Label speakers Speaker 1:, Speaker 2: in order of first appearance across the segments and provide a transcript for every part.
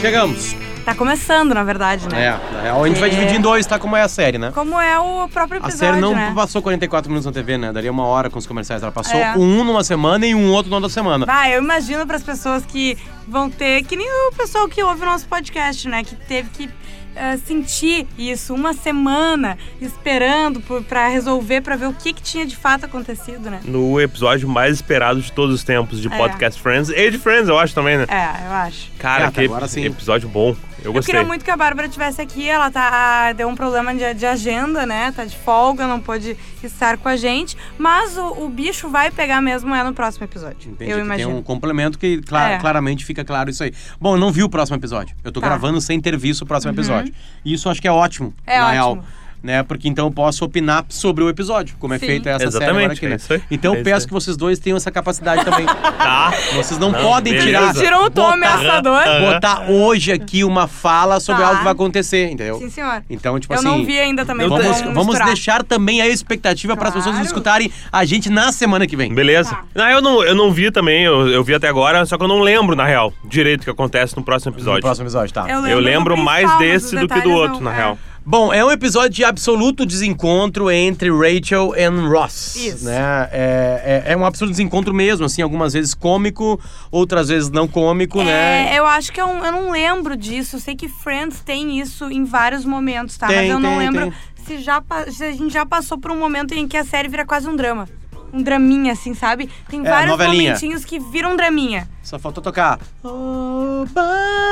Speaker 1: Chegamos.
Speaker 2: Tá começando, na verdade, né?
Speaker 1: É, na real, a gente vai
Speaker 2: É.
Speaker 1: dividir em dois, tá? Como é a série, né?
Speaker 2: Como é o próprio
Speaker 1: A
Speaker 2: episódio,
Speaker 1: série não
Speaker 2: né?
Speaker 1: passou 44 minutos na TV, né? Daria uma hora com os comerciais. Ela passou
Speaker 2: É.
Speaker 1: um numa semana e um outro na outra semana.
Speaker 2: Vai, eu imagino para as pessoas que vão ter, que nem o pessoal que ouve o nosso podcast, né? Que teve que eh, sentir isso uma semana esperando por- pra resolver, pra ver o que, que tinha de fato acontecido, né?
Speaker 3: No episódio mais esperado de todos os tempos de
Speaker 2: É.
Speaker 3: Podcast Friends e de Friends, eu acho também, né?
Speaker 2: É, eu acho.
Speaker 3: Cara,
Speaker 1: É, tá,
Speaker 3: que
Speaker 1: agora sim.
Speaker 3: episódio bom. Eu
Speaker 2: Eu
Speaker 3: gostei.
Speaker 2: queria muito que a Bárbara estivesse aqui, ela tá deu um problema de, de agenda, né? Tá de folga, não pôde estar com a gente, mas o, o bicho vai pegar mesmo é no próximo episódio.
Speaker 1: Entende?
Speaker 2: Eu
Speaker 1: Que
Speaker 2: imagino.
Speaker 1: Tem um complemento que cla-
Speaker 2: É.
Speaker 1: claramente fica claro isso aí. Bom, eu não vi o próximo episódio. Eu tô
Speaker 2: Tá. Uhum.
Speaker 1: gravando sem ter visto o próximo episódio. E isso eu acho que é ótimo,
Speaker 2: É
Speaker 1: na
Speaker 2: ótimo.
Speaker 1: real. Né? Porque então eu posso opinar sobre o episódio, como é
Speaker 2: Sim.
Speaker 1: feita essa série agora
Speaker 3: Exatamente,
Speaker 1: aqui,
Speaker 3: é
Speaker 1: né?
Speaker 3: isso aí.
Speaker 1: Então eu
Speaker 3: É isso
Speaker 1: peço
Speaker 3: aí.
Speaker 1: que vocês dois tenham essa capacidade também.
Speaker 3: Tá.
Speaker 1: Vocês não,
Speaker 3: Não,
Speaker 1: podem
Speaker 3: beleza.
Speaker 1: tirar.
Speaker 2: Eles tiram o tom
Speaker 1: botar-
Speaker 2: ameaçador.
Speaker 1: Botar hoje aqui uma fala sobre
Speaker 2: Tá.
Speaker 1: algo que vai acontecer, entendeu?
Speaker 2: Sim, senhor.
Speaker 1: Então, tipo
Speaker 2: eu
Speaker 1: assim.
Speaker 2: não vi ainda também. então
Speaker 1: Vamos, vamos
Speaker 2: misturar.
Speaker 1: deixar também a expectativa para as
Speaker 2: Claro.
Speaker 1: pessoas escutarem a gente na semana que vem.
Speaker 3: Beleza.
Speaker 2: Tá.
Speaker 3: Não, eu não, eu não vi também, eu, eu vi até agora, só que eu não lembro, na real, direito o que acontece no próximo
Speaker 1: No
Speaker 3: episódio.
Speaker 1: próximo episódio, tá.
Speaker 2: Eu
Speaker 3: Eu lembro
Speaker 2: do
Speaker 3: mais
Speaker 2: principal, mas
Speaker 3: desse
Speaker 2: os
Speaker 3: do que do
Speaker 2: detalhes
Speaker 3: outro,
Speaker 2: não,
Speaker 3: na
Speaker 2: é.
Speaker 3: real.
Speaker 1: Bom, é um episódio de absoluto desencontro entre Rachel e Ross.
Speaker 2: Isso.
Speaker 1: Né? É, é- é um absoluto desencontro mesmo, assim, algumas vezes cômico, outras vezes não cômico, né?
Speaker 2: É, eu acho que é um- eu não lembro disso. Eu sei que Friends tem isso em vários momentos, tá?
Speaker 1: Tem,
Speaker 2: Mas eu
Speaker 1: tem,
Speaker 2: não lembro Se, já, pa- se a gente já passou por um momento em que a série vira quase um drama. Um draminha, assim, sabe? Tem
Speaker 1: É,
Speaker 2: vários
Speaker 1: novelinha.
Speaker 2: momentinhos que viram um draminha.
Speaker 1: Só faltou tocar.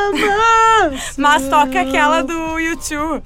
Speaker 1: Obama.
Speaker 2: Mas toca aquela do YouTube.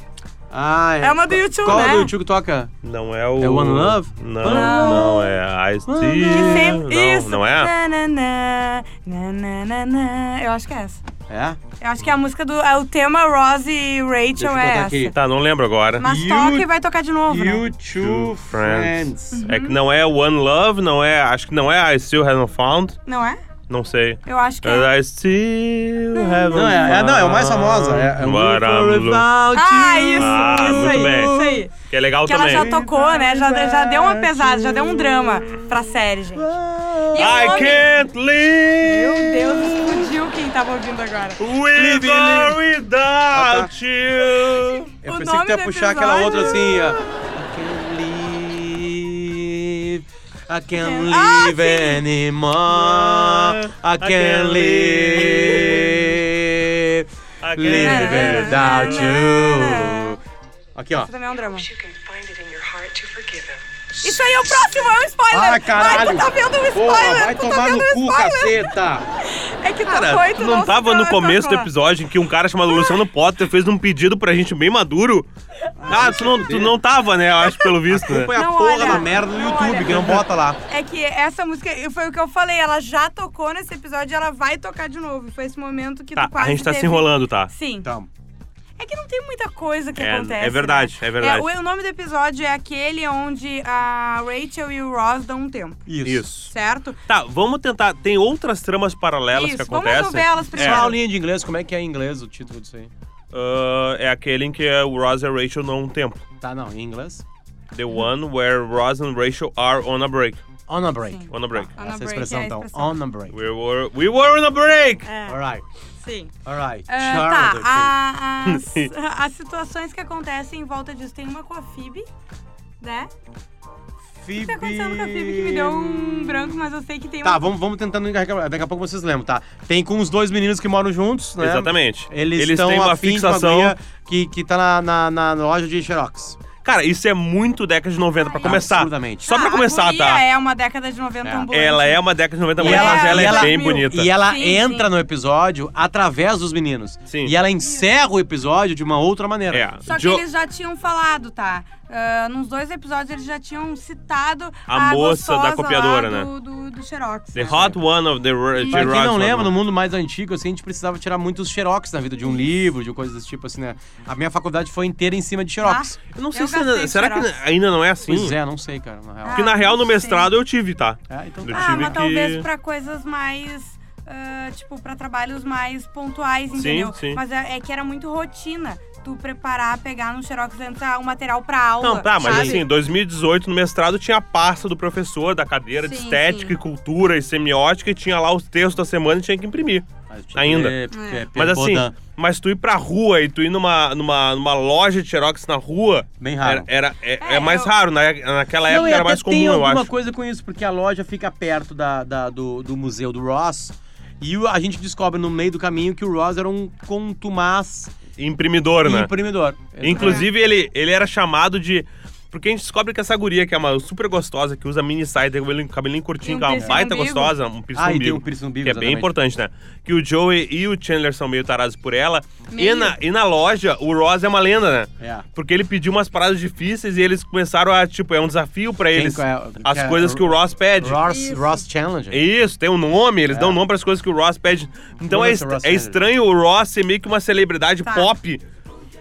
Speaker 1: Ah,
Speaker 2: É uma do YouTube,
Speaker 1: Qual
Speaker 2: né?
Speaker 1: é do YouTube que toca?
Speaker 3: Não é o.
Speaker 1: É One Love?
Speaker 3: Não,
Speaker 2: Não.
Speaker 3: não, é Ice
Speaker 1: Que
Speaker 2: Que
Speaker 3: Tea.
Speaker 2: sempre.
Speaker 3: Não,
Speaker 2: isso.
Speaker 3: não é?
Speaker 2: Na, na, na, na, na, na, na. Eu acho que é essa.
Speaker 1: É?
Speaker 2: Eu acho que é a música do. É o tema Rose
Speaker 1: Deixa
Speaker 2: e
Speaker 1: eu
Speaker 2: Rachel é
Speaker 1: botar
Speaker 2: essa.
Speaker 1: aqui.
Speaker 3: Tá, não lembro agora.
Speaker 2: Mas
Speaker 1: You-
Speaker 2: toca e tá, vai tocar de novo. né?
Speaker 1: You Two Friends.
Speaker 3: É que não é One Love, não é. Acho que não é I Still Haven't Found.
Speaker 2: Não é?
Speaker 3: Não sei.
Speaker 2: Eu acho que é.
Speaker 3: I still haven't
Speaker 1: Não, é, é, não, é o mais famosa. É, é um
Speaker 3: What I'm
Speaker 1: Without
Speaker 3: looking-
Speaker 1: You.
Speaker 2: Ah, isso,
Speaker 3: Ah,
Speaker 2: isso,
Speaker 3: muito
Speaker 2: aí,
Speaker 3: bem.
Speaker 2: isso aí.
Speaker 3: Que é legal
Speaker 2: Que ela
Speaker 3: também.
Speaker 2: já tocou, né? Já, já deu uma pesada, já deu um drama pra série, gente. E o
Speaker 3: I
Speaker 2: nome-
Speaker 3: can't
Speaker 2: Meu
Speaker 3: live
Speaker 2: Deus, explodiu quem tava ouvindo agora.
Speaker 3: with or without you.
Speaker 1: Eu pensei
Speaker 2: O
Speaker 1: que tu ia
Speaker 2: nome do
Speaker 1: puxar aquela
Speaker 2: episódio-
Speaker 1: outra assim, ó. I can't live. I can't
Speaker 2: Ah,
Speaker 1: live anymore. I
Speaker 3: I
Speaker 1: can't
Speaker 3: can't
Speaker 1: live.
Speaker 3: I
Speaker 1: Live
Speaker 3: can't
Speaker 2: live.
Speaker 1: without you. Aqui, ó.
Speaker 2: Isso também é um drama.
Speaker 4: You can find it in your heart to forgive him.
Speaker 2: Isso aí é o próximo, é um spoiler.
Speaker 1: Ah, caralho!
Speaker 2: Vai, tu tá vendo um spoiler.
Speaker 1: Porra, vai
Speaker 2: tu tá
Speaker 1: tomar
Speaker 2: vendo
Speaker 1: no
Speaker 2: um
Speaker 1: cu,
Speaker 2: spoiler.
Speaker 1: caceta!
Speaker 2: É que
Speaker 1: tá.
Speaker 2: tu
Speaker 3: Cara,
Speaker 2: foi, tu
Speaker 3: tu não tava no começo do
Speaker 2: tocou.
Speaker 3: episódio em que um cara chamado Luciano Potter fez um pedido pra gente bem maduro? Ah, tu não, tu não tava, né? Eu acho, pelo visto. né?
Speaker 1: Põe a
Speaker 2: Não
Speaker 1: porra
Speaker 2: olha,
Speaker 1: da merda no
Speaker 2: não
Speaker 1: YouTube,
Speaker 2: olha.
Speaker 1: que não bota lá.
Speaker 2: É que essa música, foi o que eu falei, ela já tocou nesse episódio e ela vai tocar de novo. Foi esse momento que
Speaker 3: Tá,
Speaker 2: tu quase
Speaker 3: a gente tá se
Speaker 2: teve-
Speaker 3: enrolando, tá?
Speaker 2: Sim.
Speaker 1: Então,
Speaker 2: É que não tem muita coisa que
Speaker 3: É,
Speaker 2: acontece.
Speaker 3: é verdade,
Speaker 2: né?
Speaker 3: é verdade.
Speaker 2: o, o nome do episódio é aquele onde a Rachel e o Ross dão um tempo,
Speaker 1: isso.
Speaker 3: Isso.
Speaker 2: certo?
Speaker 3: Tá, vamos tentar. Tem outras tramas paralelas
Speaker 2: Isso,
Speaker 3: que
Speaker 2: vamos
Speaker 3: acontecem.
Speaker 2: resolver elas
Speaker 1: Só uma
Speaker 2: primeiro.
Speaker 1: aulinha de inglês, como é que é em inglês o título disso aí?
Speaker 3: Uh, é aquele em que o Ross e a Rachel não um tempo.
Speaker 1: Tá, não, em inglês?
Speaker 3: The one where Ross and Rachel are on a break.
Speaker 1: On a break.
Speaker 3: On a break.
Speaker 2: On a
Speaker 1: Essa é a
Speaker 2: break,
Speaker 1: expressão,
Speaker 2: é a
Speaker 1: então.
Speaker 2: expressão.
Speaker 1: On a break.
Speaker 3: We were, we were on a break!
Speaker 2: É,
Speaker 1: Alright,
Speaker 2: sim.
Speaker 1: alright.
Speaker 2: Ah,
Speaker 1: Charlotte,
Speaker 2: tá,
Speaker 1: ok.
Speaker 2: a- as, as situações que acontecem em volta disso, tem uma com a Phoebe, né? O que tá acontecendo com a Phoebe que me deu um branco, mas eu sei que tem
Speaker 1: Tá,
Speaker 2: uma...
Speaker 1: vamos, vamos tentando engargar- Daqui a pouco vocês lembram, tá? Tem com os dois meninos que moram juntos, né?
Speaker 3: Exatamente.
Speaker 1: Eles,
Speaker 3: Eles
Speaker 1: estão
Speaker 3: têm uma
Speaker 1: afim de
Speaker 3: fixação.
Speaker 1: guria que, que tá na, na, na loja de Xerox.
Speaker 3: Cara, isso é muito década de 90 pra começar.
Speaker 1: Absurdamente.
Speaker 3: Só pra
Speaker 2: Ah,
Speaker 3: começar,
Speaker 2: a guria
Speaker 3: tá?
Speaker 2: é uma década de 90
Speaker 1: É.
Speaker 2: ambulante.
Speaker 3: Ela é uma década de 90,
Speaker 1: E
Speaker 3: mas
Speaker 1: ela-
Speaker 3: ela,
Speaker 1: e ela-
Speaker 3: é bem
Speaker 2: mil.
Speaker 3: bonita.
Speaker 1: E ela
Speaker 2: Sim,
Speaker 1: entra
Speaker 2: sim.
Speaker 1: no episódio através dos meninos.
Speaker 3: Sim.
Speaker 1: E ela encerra o episódio de uma outra maneira.
Speaker 3: É.
Speaker 2: Só que
Speaker 3: Jo-
Speaker 2: eles já tinham falado, tá? Ah, nos dois episódios eles já tinham citado
Speaker 3: A moça da
Speaker 2: gostosa
Speaker 3: copiadora,
Speaker 2: lá
Speaker 3: né?
Speaker 2: Do, do, do Xerox.
Speaker 3: The
Speaker 2: né?
Speaker 3: Hot One of the Ro- the
Speaker 1: Pra quem não
Speaker 3: Rocks,
Speaker 1: lembra, no
Speaker 3: né?
Speaker 1: mundo mais antigo, assim, a gente precisava tirar muitos xerox na vida de um livro, de coisas desse tipo, assim, né? A minha faculdade foi inteira em cima de xerox.
Speaker 3: Eu não sei
Speaker 2: Eu
Speaker 3: se ainda-
Speaker 2: gastei
Speaker 3: Será que
Speaker 2: xerox.
Speaker 3: ainda não é assim?
Speaker 1: Pois é, não sei, cara, na real.
Speaker 3: Porque na
Speaker 2: Ah,
Speaker 3: real, no
Speaker 2: não sei.
Speaker 3: mestrado eu tive, tá?
Speaker 1: É, então tá.
Speaker 3: Eu
Speaker 2: Ah,
Speaker 3: tive
Speaker 2: mas
Speaker 3: que-
Speaker 2: talvez pra coisas mais. ah, tipo, pra trabalhos mais pontuais, entendeu?
Speaker 3: sim.
Speaker 2: Mas é, é que era muito rotina tu preparar, pegar no Xerox antes a- o material pra aula.
Speaker 3: Não, tá, mas
Speaker 2: sabe?
Speaker 3: assim, em 2018, no mestrado, tinha a pasta do professor, da cadeira de
Speaker 2: Sim,
Speaker 3: estética
Speaker 2: sim.
Speaker 3: e cultura e semiótica, e tinha lá os textos da semana e tinha que imprimir.
Speaker 1: Aí
Speaker 3: Ainda.
Speaker 1: É, porque é
Speaker 3: Mas assim,
Speaker 1: Bodan.
Speaker 3: mas tu ir pra rua e tu ir numa, numa, numa loja de Xerox na rua.
Speaker 1: Bem raro.
Speaker 3: Era, era- é,
Speaker 2: É,
Speaker 3: é mais
Speaker 2: eu-
Speaker 3: raro. Na, naquela
Speaker 1: Não,
Speaker 3: época
Speaker 1: e
Speaker 3: era
Speaker 1: até
Speaker 3: mais comum,
Speaker 1: tem
Speaker 3: eu
Speaker 1: alguma
Speaker 3: acho.
Speaker 1: coisa com isso, porque a loja fica perto da, da- do, do museu do Ross. E o- a gente descobre no meio do caminho que o Ross era um contumaz
Speaker 3: Imprimidor, né?
Speaker 1: imprimidor.
Speaker 3: Inclusive, ele, ele era chamado de. Porque a gente descobre que essa guria, que é uma super gostosa, que usa mini saia, tem cabelinho, cabelinho
Speaker 2: Tem
Speaker 3: curtinho,
Speaker 2: um
Speaker 3: que é uma
Speaker 2: piercing
Speaker 3: baita
Speaker 2: no umbigo.
Speaker 3: gostosa, um piercing
Speaker 1: Ah,
Speaker 3: no
Speaker 1: e tem
Speaker 3: umbigo,
Speaker 1: um piercing no umbigo,
Speaker 3: Que é bem
Speaker 1: exatamente.
Speaker 3: importante, né? Que o Joey e o Chandler são meio tarados por ela. E
Speaker 2: Meio.
Speaker 3: na, e na loja, o Ross é uma lenda, né?
Speaker 1: É.
Speaker 3: Porque ele pediu umas paradas difíceis e eles começaram a, tipo, é um desafio pra eles.
Speaker 1: que é-
Speaker 3: as
Speaker 1: que é-
Speaker 3: coisas que o Ross pede.
Speaker 1: Ross,
Speaker 2: Isso.
Speaker 1: Ross Challenge.
Speaker 3: Isso, tem um nome, eles dão nome para as coisas que o Ross pede. Então é,
Speaker 1: Muito
Speaker 3: est-
Speaker 1: Ross
Speaker 3: é
Speaker 1: Henry.
Speaker 3: estranho o Ross ser meio que uma celebridade
Speaker 2: Tá.
Speaker 3: pop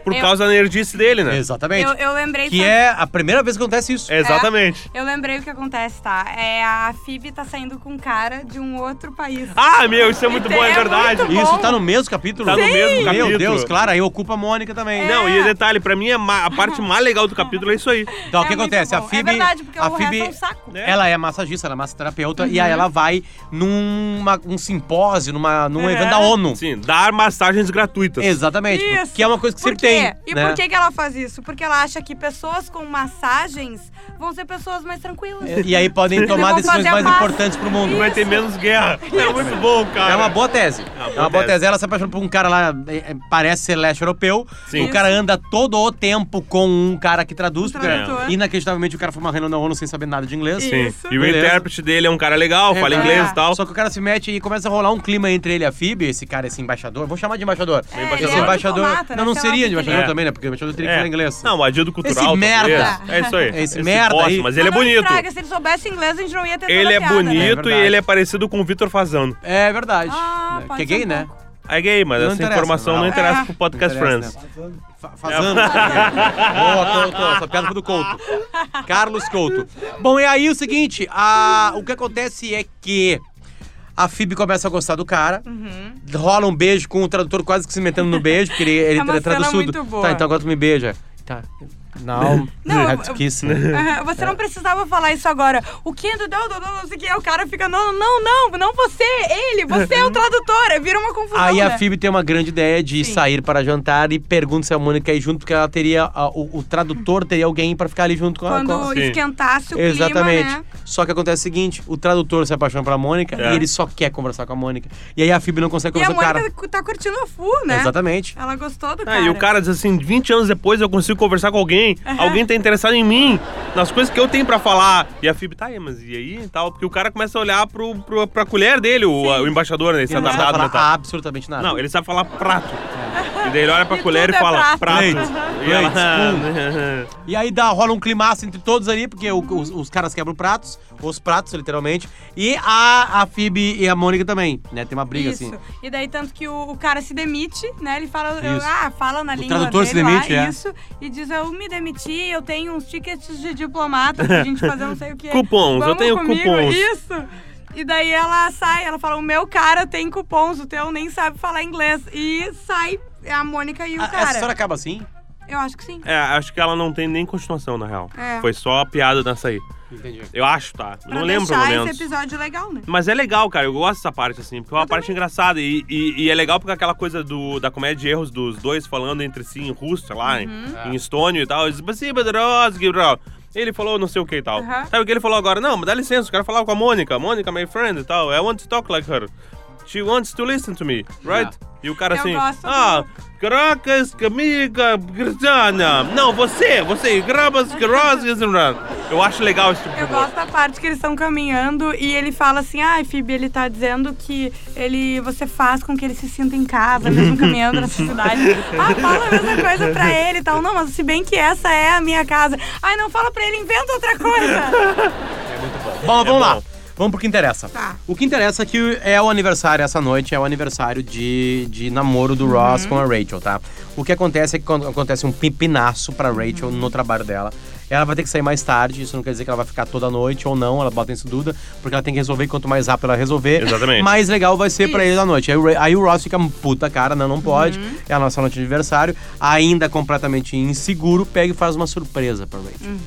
Speaker 3: por
Speaker 2: Eu-
Speaker 3: causa da nerdice dele, né?
Speaker 1: Exatamente.
Speaker 2: Eu, eu lembrei
Speaker 1: Que
Speaker 2: sabe-
Speaker 1: é a primeira vez que acontece isso.
Speaker 2: É.
Speaker 3: Exatamente.
Speaker 2: Eu lembrei o que acontece, tá? É a Phoebe tá saindo com um cara de um outro país.
Speaker 3: Ah, meu, isso é muito
Speaker 2: É
Speaker 3: bom, é verdade.
Speaker 2: muito
Speaker 1: Isso
Speaker 2: Bom.
Speaker 1: tá no mesmo capítulo?
Speaker 3: Tá no Sim. mesmo
Speaker 1: Meu
Speaker 3: capítulo.
Speaker 1: Deus, claro, aí ocupa a Mônica também.
Speaker 2: É.
Speaker 3: Não, e detalhe, pra mim é ma- a parte mais legal do capítulo é isso aí.
Speaker 1: Então, o
Speaker 2: É
Speaker 1: que
Speaker 2: muito
Speaker 1: acontece? A
Speaker 2: bom. É
Speaker 1: Phoebe,
Speaker 2: verdade, porque
Speaker 1: a
Speaker 2: o
Speaker 1: Phoebe,
Speaker 2: resto é um saco. Uhum.
Speaker 3: É.
Speaker 1: Ela é massagista, ela é massoterapeuta, e aí ela vai num um simpósio, numa,
Speaker 2: Uhum.
Speaker 1: num evento da ONU.
Speaker 3: Sim, dar massagens gratuitas.
Speaker 1: Exatamente.
Speaker 2: Isso.
Speaker 1: Que é uma coisa que
Speaker 2: Por
Speaker 1: sempre
Speaker 2: quê?
Speaker 1: tem.
Speaker 2: E
Speaker 1: né?
Speaker 2: por que, que ela faz isso? Porque ela acha que pessoas com massagens vão ser pessoas mais tranquilas.
Speaker 1: E aí podem
Speaker 2: Eles
Speaker 1: tomar
Speaker 2: vão
Speaker 1: decisões
Speaker 2: fazer a
Speaker 1: mais
Speaker 2: massa.
Speaker 1: importantes pro mundo.
Speaker 3: Vai ter menos guerra. É muito bom, cara.
Speaker 1: É uma boa tese. É uma boa tese. Ela se apaixonou por um cara lá, é, é, parece ser leste europeu.
Speaker 3: Sim.
Speaker 1: O cara anda todo o tempo com um cara que traduz. Porque,
Speaker 2: tradutor.
Speaker 1: inacreditavelmente, o cara foi marrando na ONU sem saber nada de inglês.
Speaker 3: Sim.
Speaker 2: Isso.
Speaker 3: E o
Speaker 1: Beleza.
Speaker 3: intérprete dele é um cara legal, fala
Speaker 1: É,
Speaker 3: inglês
Speaker 2: é.
Speaker 3: e tal.
Speaker 1: Só que o cara se mete e começa a rolar um clima entre ele e a Phoebe, esse cara, esse embaixador. Vamos chamar de embaixador.
Speaker 2: É,
Speaker 1: Porque
Speaker 3: ele
Speaker 1: esse
Speaker 3: é
Speaker 1: embaixador.
Speaker 2: diplomata, né?
Speaker 1: Não, não
Speaker 2: Sei lá
Speaker 1: seria
Speaker 2: o
Speaker 1: de
Speaker 2: que que ele
Speaker 1: embaixador
Speaker 3: é.
Speaker 1: também, né? Porque o embaixador teria que
Speaker 3: É.
Speaker 1: falar inglês.
Speaker 3: Não, adido cultural.
Speaker 1: Esse merda.
Speaker 3: talvez. É isso aí.
Speaker 1: Esse merda
Speaker 3: bosta,
Speaker 1: aí.
Speaker 3: Mas ele é
Speaker 2: Mas não
Speaker 3: bonito.
Speaker 2: estraga, se ele soubesse inglês, a gente não ia ter toda
Speaker 3: Ele
Speaker 2: a
Speaker 3: é
Speaker 2: piada, né?
Speaker 3: bonito
Speaker 1: verdade.
Speaker 3: e ele é parecido com o Vitor Fazano.
Speaker 1: É verdade.
Speaker 2: Ah,
Speaker 1: É, que
Speaker 2: pode
Speaker 1: é
Speaker 2: ser
Speaker 1: gay,
Speaker 2: um
Speaker 1: né?
Speaker 2: pouco.
Speaker 3: É gay, mas
Speaker 1: Não
Speaker 3: essa
Speaker 1: interessa,
Speaker 3: informação
Speaker 1: não.
Speaker 3: não interessa
Speaker 2: É.
Speaker 3: pro
Speaker 1: Não
Speaker 3: Podcast
Speaker 1: interessa,
Speaker 3: Friends. É
Speaker 1: né? Fa- Fazando. Boa, Couto. Essa piada foi do Couto. Carlos Couto. Bom, e aí o seguinte, a- o que acontece é que a Phoebe começa a gostar do cara,
Speaker 2: Uhum.
Speaker 1: rola um beijo com o tradutor quase que se metendo no beijo, porque ele, ele
Speaker 2: É
Speaker 1: tra-
Speaker 2: uma cena
Speaker 1: traduz tudo.
Speaker 2: muito boa.
Speaker 1: Tá, então agora tu me beija. Tá. Não,
Speaker 2: Não,
Speaker 1: you have to
Speaker 2: eu-
Speaker 1: kiss né? me.
Speaker 2: Aham, Você não precisava falar isso agora. O que do não, não, não, não sei o que. O cara fica, não, não, não, não você, ele, você é o tradutor. Aí Vira uma confusão.
Speaker 1: Uhum. Aí a
Speaker 2: né?
Speaker 1: Phoebe tem uma grande ideia de
Speaker 2: Sim.
Speaker 1: sair para jantar e pergunta se a Mônica quer ir junto, porque ela teria. a- o, o tradutor teria alguém para ficar ali junto com a. com a-
Speaker 2: Quando
Speaker 3: Sim.
Speaker 2: esquentasse o
Speaker 1: Exatamente.
Speaker 2: clima, né?
Speaker 1: Só que acontece o seguinte: o tradutor se apaixona pela Mônica
Speaker 3: É.
Speaker 1: e ele só quer conversar com a Mônica. E aí a Phoebe não consegue
Speaker 2: E a
Speaker 1: conversar com o cara.
Speaker 2: Mônica tá curtindo a full, né?
Speaker 1: Exatamente.
Speaker 2: Ela gostou do
Speaker 3: Ah,
Speaker 2: cara.
Speaker 3: e o cara diz assim, 20 anos depois eu consigo conversar com alguém, alguém tá interessado em mim, nas coisas que eu tenho pra falar. E a Phoebe, tá aí, mas e aí e tal? Porque o cara começa a olhar pro, pro, pra colher dele, o, o embaixador, né? Esse
Speaker 1: Ele não sabe
Speaker 3: adaptado, né?
Speaker 1: falar
Speaker 3: Tá.
Speaker 1: absolutamente nada.
Speaker 3: Não, ele sabe falar prato. E daí ele olha pra
Speaker 2: E
Speaker 3: colher e
Speaker 2: tudo é
Speaker 3: fala,
Speaker 2: prato.
Speaker 3: prato.
Speaker 1: Leite,
Speaker 3: E ela- "Ah, né,
Speaker 1: leite, E aí dá, rola um climaço entre todos ali, porque o- os, os caras quebram pratos, os pratos, literalmente. E a, a Phoebe e a Mônica também, né? Tem uma briga
Speaker 2: Isso.
Speaker 1: assim.
Speaker 2: E daí, tanto que o, o cara se demite, né? Ele fala, eu-
Speaker 1: Isso.
Speaker 2: ah, fala na
Speaker 1: O
Speaker 2: língua
Speaker 1: tradutor se
Speaker 2: dele lá,
Speaker 1: demite, é.
Speaker 2: isso. E diz, eu me demiti, eu tenho uns tickets de diplomata pra gente fazer não sei o quê.
Speaker 3: Cupons, eu
Speaker 2: Vamos
Speaker 3: tenho
Speaker 2: comigo,
Speaker 3: cupons.
Speaker 2: Isso. E daí ela sai, ela fala, o meu cara tem cupons, o teu nem sabe falar inglês. E sai a Mônica e o
Speaker 1: A- essa
Speaker 2: cara.
Speaker 1: história acaba assim?
Speaker 2: Eu acho que sim.
Speaker 3: É, acho que ela não tem nem continuação, na real.
Speaker 2: É.
Speaker 3: Foi só a piada nessa aí.
Speaker 1: Entendi.
Speaker 3: Eu acho, tá?
Speaker 2: Pra
Speaker 3: não lembro, pelo
Speaker 2: deixar
Speaker 3: menos.
Speaker 2: esse episódio legal, né?
Speaker 3: Mas é legal, cara. Eu gosto dessa parte, assim, porque é uma parte engraçada. E, e- e é legal porque aquela coisa do, da comédia de erros dos dois falando entre si em russo, sei lá, em,
Speaker 2: Uhum.
Speaker 3: em estônio e tal. Eles, "Mas sim, Bedros, Gabriel." Ele falou não sei o que e tal.
Speaker 2: Aham.
Speaker 3: Sabe o que ele falou agora? Não, mas dá licença, eu quero falar com a Mônica. Mônica, my friend e tal. I want to talk like her. She wants to listen to me, right? E o cara
Speaker 2: Eu
Speaker 3: assim.
Speaker 2: gosto
Speaker 3: ah, Crocas, Camiga, Grzana. Não, você, você, Grabas, Grosses, Eu acho legal esse tipo de
Speaker 2: Eu
Speaker 3: humor.
Speaker 2: gosto da parte que eles estão caminhando e ele fala assim: ai, Phoebe, ele tá dizendo que ele, você faz com que ele se sinta em casa, mesmo caminhando nessa cidade. Ah, fala a mesma coisa pra ele e tal. Não, mas se bem que essa é a minha casa. Ai, não fala pra ele, inventa outra coisa.
Speaker 1: Bom, vamos lá.
Speaker 3: É bom.
Speaker 1: Vamos pro que interessa.
Speaker 2: Tá.
Speaker 1: O que interessa é que é o aniversário essa noite, é o aniversário de, de namoro do Ross
Speaker 2: Uhum.
Speaker 1: com a Rachel, tá? O que acontece é que quando acontece um pipinaço pra Rachel
Speaker 2: Uhum.
Speaker 1: no trabalho dela. Ela vai ter que sair mais tarde, isso não quer dizer que ela vai ficar toda noite ou não, ela bota isso dúvida, porque ela tem que resolver, e quanto mais rápido ela resolver,
Speaker 3: Exatamente.
Speaker 1: mais legal vai ser pra ele à noite. Aí, o Ra- aí o Ross fica puta cara, não, não pode,
Speaker 2: Uhum.
Speaker 1: é a nossa noite de aniversário, ainda completamente inseguro, pega e faz uma surpresa pra Rachel.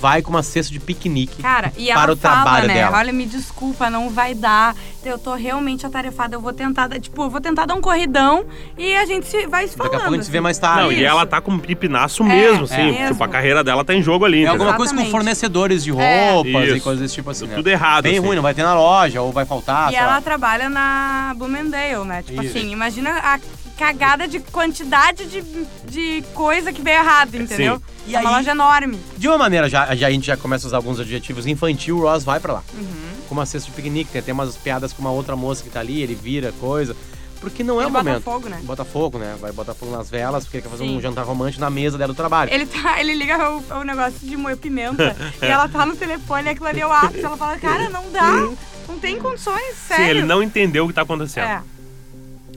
Speaker 1: vai com uma cesta de piquenique
Speaker 2: Uhum. Cara, e
Speaker 1: para
Speaker 2: ela
Speaker 1: o
Speaker 2: fala,
Speaker 1: trabalho
Speaker 2: né?
Speaker 1: dela.
Speaker 2: Olha, me desculpa, não vai dar. Eu tô realmente atarefada, eu vou tentar, dar- tipo, eu vou tentar dar um corridão e a gente se- vai se falando.
Speaker 1: Daqui a pouco a gente se vê
Speaker 2: assim.
Speaker 1: mais tarde.
Speaker 3: Não, e
Speaker 2: Isso.
Speaker 3: ela tá com um pipinaço mesmo, sim.
Speaker 2: é mesmo.
Speaker 3: Tipo, a carreira dela tá em jogo ali.
Speaker 1: É
Speaker 3: entendeu?
Speaker 1: alguma coisa com
Speaker 2: Exatamente. É.
Speaker 1: fornecedores de roupas e
Speaker 3: Isso.
Speaker 1: coisas desse tipo assim. né?
Speaker 3: Tudo errado,
Speaker 1: Bem
Speaker 3: assim.
Speaker 1: ruim, não vai ter na loja ou vai faltar.
Speaker 2: E
Speaker 1: sei lá.
Speaker 2: ela trabalha na Bloomingdale, né? Tipo
Speaker 1: Ah, tá. Isso.
Speaker 2: assim, imagina a cagada de quantidade de, de coisa que veio errado, entendeu?
Speaker 1: E
Speaker 2: É uma
Speaker 1: aí-
Speaker 2: loja enorme.
Speaker 1: De uma maneira, já, já a gente já começa a usar alguns adjetivos. Infantil, o Ross vai pra lá.
Speaker 2: Uhum.
Speaker 1: Com uma cesta de piquenique, tem até umas piadas com uma outra moça que tá ali, ele vira coisa. Porque não é
Speaker 2: Ele
Speaker 1: o
Speaker 2: bota
Speaker 1: momento.
Speaker 2: fogo, né?
Speaker 1: Bota fogo, né? Vai botar fogo nas velas, porque ele quer fazer
Speaker 2: Sim.
Speaker 1: um jantar romântico na mesa dela do trabalho.
Speaker 2: Ele, tá, ele liga o, o negócio de moer pimenta e ela tá no telefone, aquilo ali é o ápice. Ela fala, cara, não dá, não tem condições,
Speaker 3: Sim,
Speaker 2: sério.
Speaker 3: Assim, ele não entendeu o que tá acontecendo.
Speaker 2: É.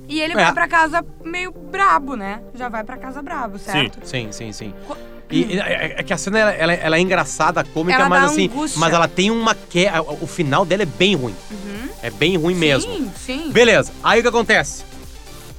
Speaker 2: E ele
Speaker 1: É.
Speaker 2: vai pra casa meio brabo, né? Já vai pra casa brabo, certo?
Speaker 1: Sim, sim, sim.
Speaker 2: Co-
Speaker 1: E, e- é, é que a cena ela, ela- ela é engraçada, cômica,
Speaker 2: Ela
Speaker 1: mas
Speaker 2: dá
Speaker 1: assim.
Speaker 2: angústia.
Speaker 1: Mas ela tem uma que a- O final dela é bem ruim. É bem ruim mesmo.
Speaker 2: Uhum. Sim, sim.
Speaker 1: Beleza, aí o que acontece?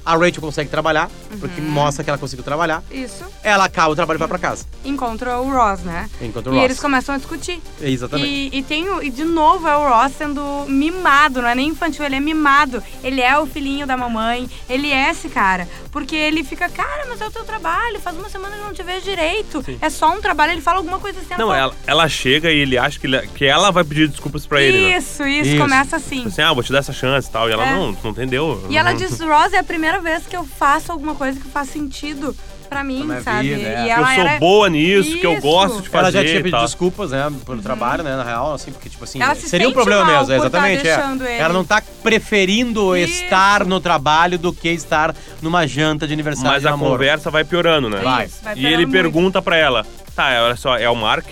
Speaker 1: A Rachel consegue trabalhar, porque
Speaker 2: Uhum.
Speaker 1: mostra que ela conseguiu trabalhar.
Speaker 2: Isso.
Speaker 1: Ela acaba o trabalho e vai pra casa.
Speaker 2: Encontra o Ross, né?
Speaker 1: Enquanto
Speaker 2: e
Speaker 1: o Ross.
Speaker 2: eles começam a discutir.
Speaker 1: Exatamente.
Speaker 2: E, e tem o- e de novo é o Ross sendo mimado, não é nem infantil, ele é mimado. Ele é o filhinho da mamãe, ele é esse cara. Porque ele fica, cara, mas é o teu trabalho, faz uma semana que eu não te vejo direito. É só um trabalho, ele fala alguma coisa assim. ela
Speaker 3: Não, é
Speaker 2: fala,
Speaker 3: ela, ela chega e ele acha que, ele- que ela vai pedir desculpas pra ele, né?
Speaker 2: Isso, isso,
Speaker 1: Isso.
Speaker 2: começa assim.
Speaker 3: Tipo assim, ah, vou te dar essa chance e tal. E ela,
Speaker 2: É.
Speaker 3: não, tu não entendeu.
Speaker 2: E ela
Speaker 3: Não-
Speaker 2: diz, Rose, é a primeira vez que eu faço alguma coisa que faz sentido pra mim,
Speaker 1: Pra minha
Speaker 2: sabe?
Speaker 1: vida, é.
Speaker 2: E
Speaker 3: Eu
Speaker 2: ela
Speaker 3: sou
Speaker 2: era-
Speaker 3: boa nisso, que eu
Speaker 2: Isso.
Speaker 3: gosto de fazer
Speaker 1: Ela já tinha
Speaker 3: e
Speaker 1: pedido
Speaker 3: tal.
Speaker 1: desculpas, né, pelo trabalho, né, na real, assim, porque, tipo assim,
Speaker 2: Uhum. Ela se
Speaker 1: seria um
Speaker 2: sente
Speaker 1: problema
Speaker 2: mal
Speaker 1: mesmo, é,
Speaker 2: por tá
Speaker 1: exatamente. é.
Speaker 2: deixando ele.
Speaker 1: Ela não tá preferindo
Speaker 2: Isso.
Speaker 1: estar no trabalho do que estar numa janta de aniversário
Speaker 3: Mas
Speaker 1: de
Speaker 3: a
Speaker 1: namoro.
Speaker 3: conversa vai piorando, né?
Speaker 1: Vai.
Speaker 2: Isso, vai
Speaker 3: E
Speaker 2: pegando
Speaker 3: ele
Speaker 2: muito.
Speaker 3: pergunta pra ela, tá, olha só, é o Mark?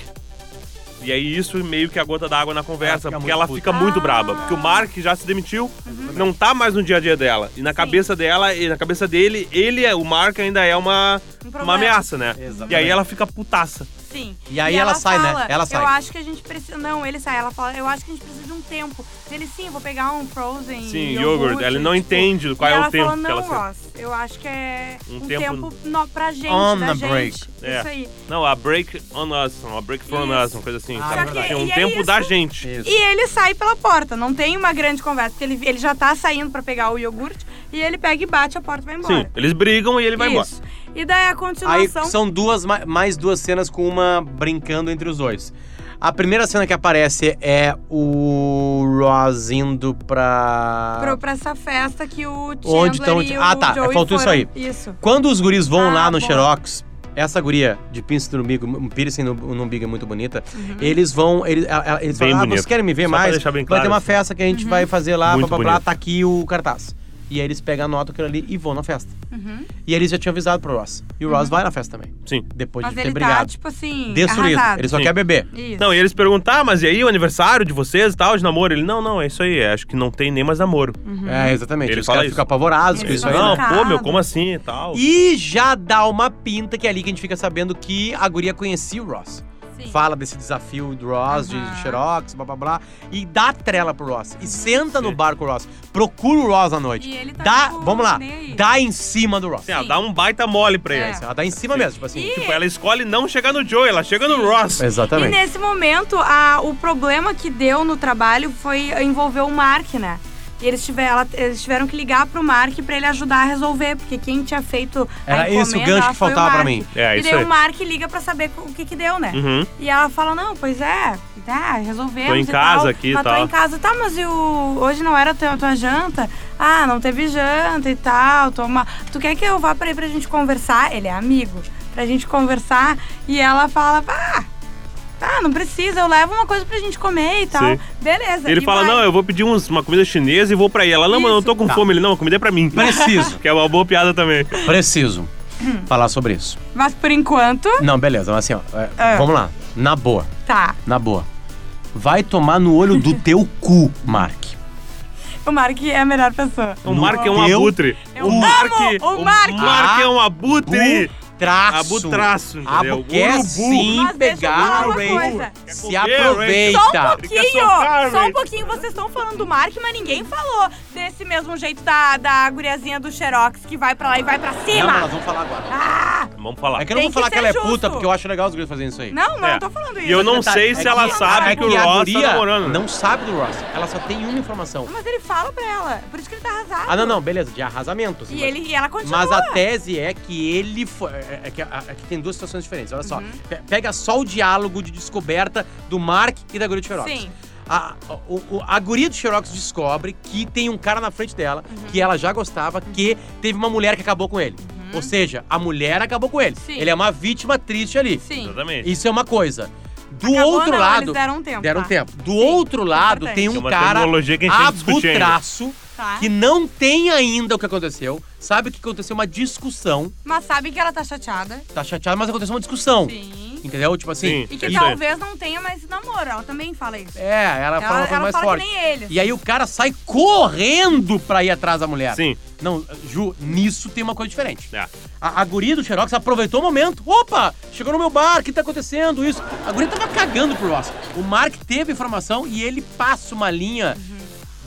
Speaker 3: E aí isso meio que é a gota d'água na conversa,
Speaker 1: Ela fica
Speaker 3: porque
Speaker 1: muito
Speaker 3: ela
Speaker 1: puta.
Speaker 3: fica
Speaker 2: Ah.
Speaker 3: muito braba. Porque o Mark já se demitiu,
Speaker 2: Uhum.
Speaker 3: não tá mais no dia a dia dela. E na cabeça dela, e na cabeça dele, ele, é- o Mark ainda é uma,
Speaker 2: Um
Speaker 3: uma
Speaker 2: problema.
Speaker 3: ameaça, né?
Speaker 1: Exatamente.
Speaker 3: E aí ela fica putaça.
Speaker 2: Sim.
Speaker 1: E aí ela sai, né?
Speaker 2: fala,
Speaker 1: Ela sai.
Speaker 2: Eu acho que a gente precisa... Não, ele sai. Ela fala, eu acho que a gente precisa de um tempo. Ele, sim, vou pegar um frozen
Speaker 3: Sim,
Speaker 2: iogurte,
Speaker 3: iogurte. Ela não
Speaker 2: tipo,
Speaker 3: entende qual
Speaker 2: e
Speaker 3: é o
Speaker 2: ela
Speaker 3: tempo
Speaker 2: fala,
Speaker 3: que
Speaker 2: não,
Speaker 3: ela se-
Speaker 2: Ross, eu acho que é um,
Speaker 3: Um
Speaker 2: tempo,
Speaker 3: tempo
Speaker 2: no, pra gente,
Speaker 1: On
Speaker 2: da
Speaker 1: a
Speaker 2: gente.
Speaker 1: break.
Speaker 3: É.
Speaker 2: Isso aí.
Speaker 3: Não, a break on us, a break from
Speaker 2: Isso.
Speaker 3: us, uma coisa assim.
Speaker 1: Ah,
Speaker 3: sabe?
Speaker 1: é verdade.
Speaker 3: Tem um
Speaker 2: E é
Speaker 3: tempo da
Speaker 2: isso.
Speaker 3: gente.
Speaker 1: Isso.
Speaker 2: E ele sai pela porta, não tem uma grande conversa, porque ele, ele já tá saindo pra pegar o iogurte e ele pega e bate a porta e vai embora.
Speaker 3: Sim, eles brigam e ele vai embora.
Speaker 2: Isso. E daí a
Speaker 1: Aí
Speaker 2: continuação.
Speaker 1: são duas, ma- mais duas cenas com uma brincando entre os dois. A primeira cena que aparece é o Ross indo pra...
Speaker 2: Pro, pra essa festa que o Chandler
Speaker 1: Onde tão-
Speaker 2: e o
Speaker 1: Ah, tá,
Speaker 2: Joey
Speaker 1: faltou isso
Speaker 2: foram.
Speaker 1: aí.
Speaker 2: Isso.
Speaker 1: Quando os guris vão
Speaker 2: Ah,
Speaker 1: lá no
Speaker 2: bom.
Speaker 1: Xerox, essa guria de piercing no umbigo, um piercing no, no umbigo é muito bonita,
Speaker 2: Uhum.
Speaker 1: eles vão, eles, ela- ela- eles
Speaker 3: Bem
Speaker 1: falam, ah,
Speaker 3: bonito.
Speaker 1: vocês querem me ver
Speaker 3: Só pra
Speaker 1: mais?
Speaker 3: deixar bem
Speaker 1: vai
Speaker 3: claro,
Speaker 1: ter uma
Speaker 3: assim.
Speaker 1: festa que a gente
Speaker 2: Uhum.
Speaker 1: vai fazer lá,
Speaker 3: Muito
Speaker 1: blá, blá, blá,
Speaker 3: bonito.
Speaker 1: tá aqui o cartaz. E aí eles pegam a nota aquilo ali e vão na festa.
Speaker 2: Uhum.
Speaker 1: E eles já tinham avisado pro Ross. E o Ross vai na festa também,
Speaker 3: Sim.
Speaker 1: depois
Speaker 2: Mas
Speaker 1: de ter
Speaker 2: ele tá,
Speaker 1: brigado.
Speaker 2: tipo assim,
Speaker 1: Destruído,
Speaker 2: arrasado.
Speaker 1: ele só
Speaker 3: Sim.
Speaker 1: quer beber.
Speaker 2: Isso.
Speaker 3: Não, e eles perguntam, ah, mas e aí o aniversário de vocês e tal, de namoro? Ele, não, não, é isso aí, é, acho que não tem nem mais namoro.
Speaker 2: Hum,
Speaker 1: É, exatamente.
Speaker 3: Ele
Speaker 1: Os
Speaker 3: fala
Speaker 1: caras
Speaker 3: isso.
Speaker 1: ficam apavorados com
Speaker 2: Uhum. Ele
Speaker 1: isso aí.
Speaker 2: fala
Speaker 1: né?
Speaker 3: Não,
Speaker 2: chocado.
Speaker 3: pô, meu, como assim e tal?
Speaker 1: E já dá uma pinta que é ali que a gente fica sabendo que a guria conhecia o Ross.
Speaker 2: Sim.
Speaker 1: Fala desse desafio do Ross, de-
Speaker 2: Aham.
Speaker 1: de Xerox, blá blá blá. E dá trela pro Ross. E senta no
Speaker 3: Sim.
Speaker 1: bar com o Ross. Procura o Ross à noite.
Speaker 2: E ele tá,
Speaker 1: dá,
Speaker 2: tipo,
Speaker 1: vamos lá,
Speaker 2: nem aí.
Speaker 1: dá em cima do Ross.
Speaker 3: Assim, ah,
Speaker 2: sim.
Speaker 3: dá um baita mole pra ele.
Speaker 2: É.
Speaker 3: assim,
Speaker 1: Ela dá em cima mesmo, tipo assim. tipo,
Speaker 2: E-
Speaker 3: Tipo, ela escolhe não chegar no Joe, ela chega no Ross.
Speaker 1: É.
Speaker 2: E
Speaker 1: Exatamente.
Speaker 2: nesse momento, a- o problema que deu no trabalho foi envolveu o Mark, né? E eles, tiver, ela- eles tiveram que ligar pro Mark pra ele ajudar a resolver, porque quem tinha feito a
Speaker 1: Era esse o
Speaker 2: encomenda
Speaker 1: gancho
Speaker 2: lá
Speaker 1: que
Speaker 2: foi o
Speaker 1: faltava pra
Speaker 2: Mark.
Speaker 1: mim.
Speaker 3: É,
Speaker 2: e
Speaker 3: isso
Speaker 2: daí
Speaker 3: aí.
Speaker 2: o Mark liga pra saber o que que deu, né?
Speaker 3: Uhum.
Speaker 2: E ela fala, não, pois é, tá, resolvemos
Speaker 3: Tô em
Speaker 2: e
Speaker 3: casa
Speaker 2: tal,
Speaker 3: aqui e
Speaker 2: mas
Speaker 3: tal."
Speaker 2: tô em casa, tá, mas e o... hoje não era a tua, tua janta? Ah, não teve janta e tal, toma... Tu quer que eu vá pra aí pra gente conversar? Ele é amigo, pra gente conversar. E ela fala, ah, tá, não precisa, eu levo uma coisa pra gente comer e tal.
Speaker 3: Sim.
Speaker 2: Beleza.
Speaker 3: Ele
Speaker 2: e
Speaker 3: fala,
Speaker 2: vai.
Speaker 3: não, eu vou pedir uns- uma comida chinesa e vou pra aí. Ela, não, mas eu não tô com
Speaker 1: Tá.
Speaker 3: fome. Ele, não, a comida é pra mim.
Speaker 1: Preciso,
Speaker 3: Que é uma boa piada também.
Speaker 1: preciso falar sobre isso.
Speaker 2: Mas por enquanto,
Speaker 1: Não, beleza, mas assim, ó, é,
Speaker 2: Ah.
Speaker 1: vamos lá. Na boa,
Speaker 2: tá.
Speaker 1: na boa. Vai tomar no olho do teu cu, Mark.
Speaker 2: O Mark é a melhor pessoa.
Speaker 3: O Mark é um
Speaker 1: Teu-
Speaker 3: abutre.
Speaker 2: Eu amo o Mark.
Speaker 3: O Mark é um
Speaker 1: Ah,
Speaker 3: abutre.
Speaker 1: Traço.
Speaker 3: Abutraço, entendeu?
Speaker 1: Abu quer
Speaker 3: Urubu.
Speaker 1: sim
Speaker 2: Mas deixa eu
Speaker 1: pegar
Speaker 2: falar
Speaker 1: o
Speaker 2: uma
Speaker 1: Rachel.
Speaker 2: coisa.
Speaker 1: Se
Speaker 3: Quer comer,
Speaker 1: aproveita.
Speaker 2: Só um
Speaker 3: Ele quer
Speaker 2: pouquinho,
Speaker 3: socar,
Speaker 2: só um
Speaker 3: velho.
Speaker 2: pouquinho. Vocês estão falando do Mark, mas ninguém falou desse mesmo jeito da, da guriazinha do Xerox que vai pra lá e vai pra
Speaker 1: Não, mas
Speaker 2: cima.
Speaker 1: nós vamos falar agora.
Speaker 2: Ah,
Speaker 3: vamos falar.
Speaker 1: É que eu não
Speaker 2: Tem
Speaker 1: vou falar
Speaker 2: que
Speaker 1: que, ela é
Speaker 2: ser
Speaker 1: puta,
Speaker 2: justo.
Speaker 1: porque eu acho legal os guris fazendo isso aí.
Speaker 2: Não, mas
Speaker 3: É.
Speaker 2: eu não tô falando isso.
Speaker 3: E eu não
Speaker 1: Detalhe,
Speaker 3: sei se
Speaker 1: é
Speaker 3: ela
Speaker 1: que-
Speaker 3: sabe
Speaker 1: é
Speaker 3: que o
Speaker 1: que a
Speaker 3: Ross tá
Speaker 1: guria
Speaker 3: namorando. né?
Speaker 1: não sabe do Ross. Ela só tem uma informação.
Speaker 2: Mas ele fala pra ela. Por isso que ele tá arrasado.
Speaker 1: Ah, não, não, beleza, de arrasamento. assim,
Speaker 2: E,
Speaker 1: mas-
Speaker 2: ele, e ela continua.
Speaker 1: Mas a tese é que ele foi. É é que, é que tem duas situações diferentes. Olha só.
Speaker 2: Uhum.
Speaker 1: Pe- Pega só o diálogo de descoberta do Mark e da guria do Xerox.
Speaker 2: Sim.
Speaker 1: A, o, o- a guria do Xerox descobre que tem um cara na frente dela,
Speaker 2: Uhum.
Speaker 1: que ela já gostava, que teve uma mulher que acabou com ele. Ou seja, a mulher acabou com ele.
Speaker 2: Uhum. Sim.
Speaker 1: Ele é uma vítima triste ali.
Speaker 2: Sim.
Speaker 3: Exatamente.
Speaker 1: Isso é uma coisa. Do
Speaker 2: Acabou,
Speaker 1: outro
Speaker 2: não,
Speaker 1: lado.
Speaker 2: Eles deram um tempo.
Speaker 1: Deram
Speaker 2: tá?
Speaker 1: tempo. Do outro lado, tem
Speaker 3: É
Speaker 1: um
Speaker 3: uma
Speaker 1: cara
Speaker 3: tecnologia que a gente tem que discutir ainda.
Speaker 1: abutraço
Speaker 2: Tá.
Speaker 1: que não tem ainda o que aconteceu, sabe que aconteceu uma discussão,
Speaker 2: Mas sabe que ela tá chateada.
Speaker 1: tá chateado, mas aconteceu uma discussão.
Speaker 2: Sim.
Speaker 1: Entendeu? Tipo assim.
Speaker 3: Sim.
Speaker 2: E que
Speaker 3: Isso aí.
Speaker 2: talvez não tenha mais namoro. Ela também fala isso.
Speaker 1: É, ela,
Speaker 2: Ela-
Speaker 1: fala uma coisa
Speaker 2: ela
Speaker 1: mais
Speaker 2: fala
Speaker 1: forte.
Speaker 2: que nem ele. assim.
Speaker 1: E aí o cara sai correndo pra ir atrás da mulher.
Speaker 3: Sim.
Speaker 1: Não, Ju, nisso tem uma coisa diferente.
Speaker 3: É.
Speaker 1: A, a guria do Xerox aproveitou o momento. Opa, chegou no meu bar, o que tá acontecendo? Isso. A guria tava cagando pro Ross. O Mark teve informação e ele passa uma linha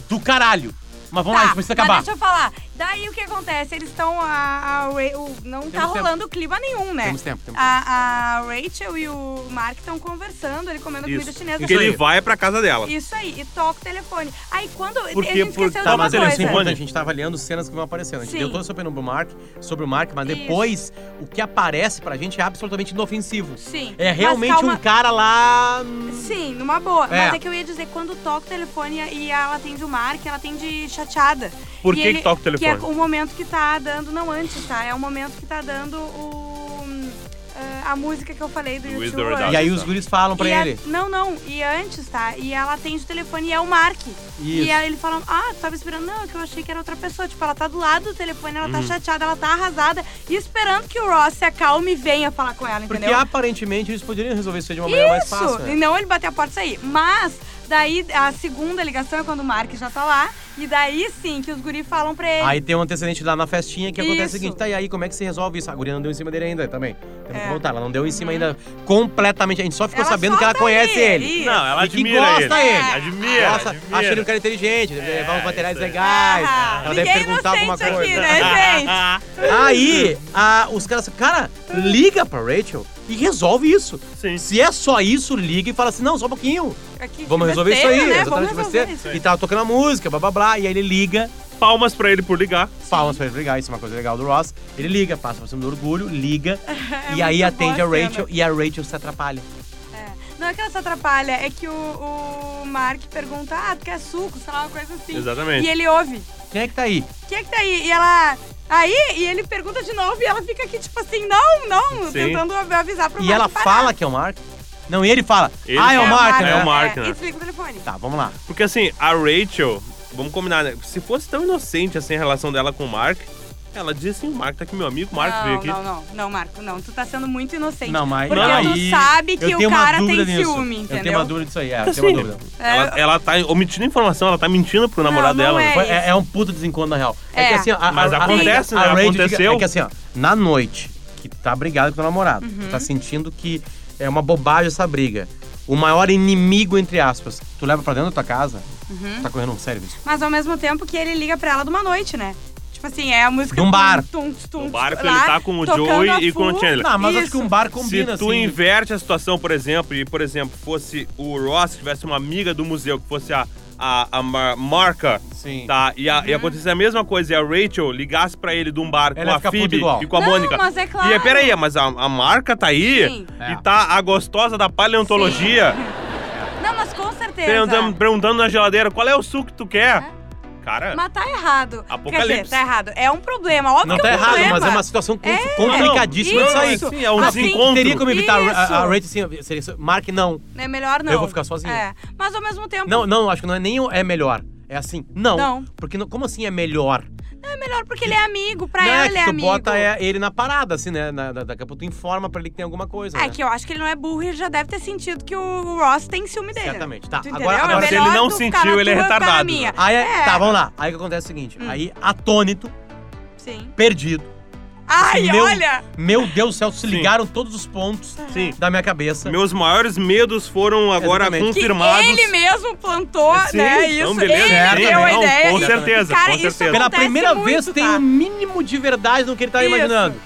Speaker 1: do caralho. Mas vamos lá, a gente precisa acabar.
Speaker 2: Tá, Mas deixa eu falar. Daí o que acontece? Eles estão. A, a Ra- o- não tá
Speaker 1: Temos tempo.
Speaker 2: rolando clima nenhum, né?
Speaker 1: Temos tempo, temos
Speaker 2: A, a Rachel e o Mark estão conversando, ele comendo comida
Speaker 3: Isso.
Speaker 2: chinesa.
Speaker 3: Que ele vai pra casa dela.
Speaker 2: Isso aí, e toca o telefone. Aí quando.
Speaker 3: Porque-
Speaker 2: a gente esqueceu
Speaker 3: porque-
Speaker 2: de
Speaker 3: Tá,
Speaker 2: uma
Speaker 1: mas
Speaker 3: ele
Speaker 1: olha, isso é
Speaker 2: coisa.
Speaker 1: importante, a gente tá avaliando cenas que vão aparecendo. A gente
Speaker 2: Sim.
Speaker 1: deu todo o seu pelo Mark, sobre o Mark, mas
Speaker 2: Isso.
Speaker 1: depois o que aparece pra gente é absolutamente inofensivo.
Speaker 2: Sim.
Speaker 1: É
Speaker 2: mas
Speaker 1: realmente
Speaker 2: calma-
Speaker 1: um cara lá.
Speaker 2: Sim, numa boa.
Speaker 1: É.
Speaker 2: Mas é que eu ia dizer, quando toca o telefone e ela atende o Mark, ela atende chateada.
Speaker 3: Por
Speaker 2: E
Speaker 3: que que toca o telefone?
Speaker 2: Que é o momento que tá dando, não antes, tá? É o momento que tá dando o, hum, ah, a música que eu falei do
Speaker 3: Do
Speaker 2: YouTube.
Speaker 3: Is There a Doubt?
Speaker 1: E aí os guris falam pra
Speaker 2: E a-
Speaker 1: ele.
Speaker 2: não, não. E antes, tá? E ela atende o telefone e é o Mark. E aí ele fala, ah, tu tava esperando. Não, é que eu achei que era outra pessoa. Tipo, ela tá do lado do telefone, ela tá
Speaker 1: Uhum.
Speaker 2: chateada, ela tá arrasada. E esperando que o Ross se acalme e venha falar com ela,
Speaker 1: Porque
Speaker 2: entendeu?
Speaker 1: aparentemente eles poderiam resolver isso aí de uma maneira mais
Speaker 2: Isso!
Speaker 1: fácil. né?
Speaker 2: E não ele bater a porta e sair. Mas, daí, a segunda ligação é quando o Mark já tá lá. E daí, sim, que os guris falam pra ele.
Speaker 1: Aí tem um antecedente lá na festinha que acontece o
Speaker 2: Isso.
Speaker 1: seguinte, tá, e aí como é que se resolve isso? A guria não deu em cima dele ainda também. Temos que
Speaker 2: É.
Speaker 1: voltar, ela não deu em cima ainda completamente. A gente só ficou
Speaker 2: Ela
Speaker 1: sabendo
Speaker 2: só É.
Speaker 1: que ela
Speaker 2: tá
Speaker 1: conhece
Speaker 2: ali,
Speaker 1: ele.
Speaker 2: isso.
Speaker 3: Não, ela
Speaker 1: E que
Speaker 3: admira
Speaker 1: gosta
Speaker 3: ele.
Speaker 1: ele. É.
Speaker 3: Admira,
Speaker 1: Nossa,
Speaker 3: admira. É,
Speaker 1: achei ele um cara inteligente, deve levar uns materiais
Speaker 3: isso aí.
Speaker 1: legais.
Speaker 2: Ah,
Speaker 1: ela deve
Speaker 2: ninguém
Speaker 1: perguntar alguma
Speaker 2: inocente
Speaker 1: coisa.
Speaker 2: aqui,
Speaker 3: Ah,
Speaker 2: né, gente?
Speaker 1: Aí, a- os caras, cara, liga pra Rachel e resolve isso.
Speaker 3: Sim.
Speaker 1: Se é só isso, liga e fala assim: não, só um pouquinho.
Speaker 2: Aqui,
Speaker 1: Vamos
Speaker 2: que
Speaker 1: resolver isso
Speaker 2: besteira,
Speaker 1: aí.
Speaker 2: Né? Vamos
Speaker 1: Exatamente, vai
Speaker 2: resolver
Speaker 1: ser.
Speaker 2: isso.
Speaker 1: E tava tocando a música, blá blá blá. E aí ele liga,
Speaker 3: Palmas pra ele por ligar.
Speaker 1: palmas pra ele ligar, isso é uma coisa legal do Ross. Ele liga, passa por cima do orgulho, liga.
Speaker 2: É
Speaker 1: e aí
Speaker 2: muito
Speaker 1: atende a
Speaker 2: boa a
Speaker 1: Rachel e a Rachel se atrapalha.
Speaker 2: É. Não é que ela se atrapalha, é que o, o Mark pergunta, ah, tu quer suco, sei lá, uma coisa assim.
Speaker 3: Exatamente.
Speaker 2: E ele ouve.
Speaker 1: Quem é que tá aí?
Speaker 2: Quem é que tá aí? E ela. Aí, e ele pergunta de novo e ela fica aqui, tipo assim, não, não,
Speaker 3: Sim.
Speaker 2: tentando avisar pro
Speaker 1: e
Speaker 2: Mark
Speaker 1: ela
Speaker 2: parar.
Speaker 1: fala que é o Mark? Não, ele fala.
Speaker 3: Ele
Speaker 1: ah, é o
Speaker 3: fala.
Speaker 1: Mark, né?
Speaker 3: É o Mark. né?
Speaker 2: E desliga o telefone.
Speaker 1: Tá, vamos lá.
Speaker 3: Porque assim, a Rachel, vamos combinar, né? Se fosse tão inocente assim a relação dela com o Mark, ela diz assim, o Mark tá aqui, meu amigo, o Mark
Speaker 2: não,
Speaker 3: veio aqui.
Speaker 2: não, não, não, Marco, não. Tu tá sendo muito inocente.
Speaker 1: Não, mas
Speaker 2: Porque
Speaker 3: não,
Speaker 2: tu
Speaker 1: aí-
Speaker 2: sabe que
Speaker 1: eu
Speaker 2: o
Speaker 1: tenho uma
Speaker 2: cara tem
Speaker 1: dúvida nisso.
Speaker 2: ciúme, entendeu?
Speaker 1: Eu tenho uma dúvida disso aí, é, eu tenho
Speaker 3: Assim,
Speaker 1: uma dúvida.
Speaker 2: É,
Speaker 3: Ela, ela tá omitindo informação, ela tá mentindo pro namorado
Speaker 2: não
Speaker 3: dela.
Speaker 2: é.
Speaker 3: né?
Speaker 1: Foi- É, é um puto desencontro, na real. É,
Speaker 2: É.
Speaker 1: que assim, ó, a,
Speaker 3: Mas
Speaker 1: a- a-
Speaker 3: acontece,
Speaker 1: a,
Speaker 3: né?
Speaker 1: a Rachel
Speaker 3: Aconteceu.
Speaker 1: fica- É que assim, ó, na noite, que tá brigado com o namorado,
Speaker 2: Uhum.
Speaker 1: tu tá sentindo que é uma bobagem essa briga. O maior inimigo, entre aspas, tu leva pra dentro da tua casa,
Speaker 2: Uhum.
Speaker 1: tu tá correndo um sério risco.
Speaker 2: Mas ao mesmo tempo que ele liga pra ela de uma noite, né? Tipo assim, é a música...
Speaker 1: De um bar.
Speaker 2: Tum, tum, tum,
Speaker 3: No barco
Speaker 2: lá,
Speaker 3: ele tá com o
Speaker 2: tocando a
Speaker 3: Joey e com
Speaker 2: full.
Speaker 3: o Chandler.
Speaker 1: Não, mas acho
Speaker 2: Isso.
Speaker 1: que um bar
Speaker 3: Se
Speaker 1: combina,
Speaker 3: tu
Speaker 1: assim.
Speaker 3: inverte a situação, por exemplo, e por exemplo, fosse o Ross, tivesse uma amiga do museu, que fosse a, a, a Mar- Marca,
Speaker 1: Sim.
Speaker 3: tá? E, a,
Speaker 2: Uhum.
Speaker 3: e acontecesse a mesma coisa, e a Rachel ligasse pra ele de um bar
Speaker 1: Ela ia
Speaker 3: com
Speaker 1: ficar
Speaker 3: a
Speaker 1: puta
Speaker 3: Phoebe
Speaker 1: igual.
Speaker 3: e com a
Speaker 2: Não,
Speaker 3: Mônica.
Speaker 2: mas é claro.
Speaker 3: E peraí, mas a, a Marca tá aí
Speaker 2: Sim.
Speaker 1: É.
Speaker 3: e tá a gostosa da paleontologia
Speaker 2: Não, mas com certeza.
Speaker 1: é um
Speaker 3: perguntando, perguntando na geladeira qual é o suco que tu quer. Cara,
Speaker 2: Mas tá errado.
Speaker 3: Apocalipse.
Speaker 2: Quer dizer, tá errado. É um problema, óbvio
Speaker 1: Não
Speaker 2: que
Speaker 1: tá
Speaker 2: é um
Speaker 1: errado,
Speaker 2: problema.
Speaker 1: mas é uma situação com-
Speaker 2: É,
Speaker 1: complicadíssima
Speaker 2: isso.
Speaker 1: disso aí.
Speaker 3: Não, sim, é um
Speaker 2: Assim,
Speaker 3: desencontro.
Speaker 1: Teria como evitar a, a, a
Speaker 2: Isso.
Speaker 1: Rachel, assim, seria isso, Mark, não.
Speaker 2: É melhor não.
Speaker 1: Eu vou ficar sozinho.
Speaker 2: É. Mas ao mesmo tempo,
Speaker 1: Não, não, acho que não é nem o- é melhor. É assim, não.
Speaker 2: Não.
Speaker 1: Porque não- como assim é melhor?
Speaker 2: não é melhor porque ele é amigo, pra
Speaker 1: não
Speaker 2: ela
Speaker 1: é
Speaker 2: ele
Speaker 1: que
Speaker 2: é
Speaker 1: tu
Speaker 2: amigo.
Speaker 1: bota é, ele na parada, assim, né? Na, da- daqui a pouco tu informa pra ele que tem alguma coisa.
Speaker 2: É
Speaker 1: né?
Speaker 2: que eu acho que ele não é burro e já deve ter sentido que o Ross tem ciúme dele.
Speaker 1: Certamente. Tá,
Speaker 2: Tu
Speaker 1: agora-
Speaker 2: entendeu? É
Speaker 1: agora, se
Speaker 2: melhor
Speaker 3: ele não
Speaker 2: tu ficar na
Speaker 3: sentiu, ele é
Speaker 2: tua, eu ficar na
Speaker 3: retardado,
Speaker 2: minha.
Speaker 3: né?
Speaker 1: Aí,
Speaker 2: é, Hum.
Speaker 1: Tá, vamos lá. Aí o que acontece é o seguinte: aí, atônito,
Speaker 2: Sim.
Speaker 1: perdido.
Speaker 2: Ai,
Speaker 1: meu,
Speaker 2: olha!
Speaker 1: Meu Deus do céu, se
Speaker 3: Sim.
Speaker 1: ligaram todos os pontos
Speaker 2: É.
Speaker 3: Sim.
Speaker 1: da minha cabeça.
Speaker 3: meus maiores medos foram agora
Speaker 1: Exatamente.
Speaker 2: Que
Speaker 3: confirmados.
Speaker 2: ele mesmo plantou,
Speaker 3: Sim,
Speaker 2: né?
Speaker 3: então,
Speaker 2: Isso,
Speaker 3: beleza, é,
Speaker 1: sim,
Speaker 2: ele deu a
Speaker 1: não,
Speaker 3: um
Speaker 2: ideia.
Speaker 1: com
Speaker 2: e-
Speaker 3: certeza,
Speaker 2: Cara,
Speaker 3: com
Speaker 2: isso
Speaker 3: certeza.
Speaker 1: Pela
Speaker 2: acontece
Speaker 1: primeira
Speaker 2: muito,
Speaker 1: vez tem
Speaker 2: tá?
Speaker 1: um mínimo de verdade no que ele tá
Speaker 2: Isso.
Speaker 1: imaginando.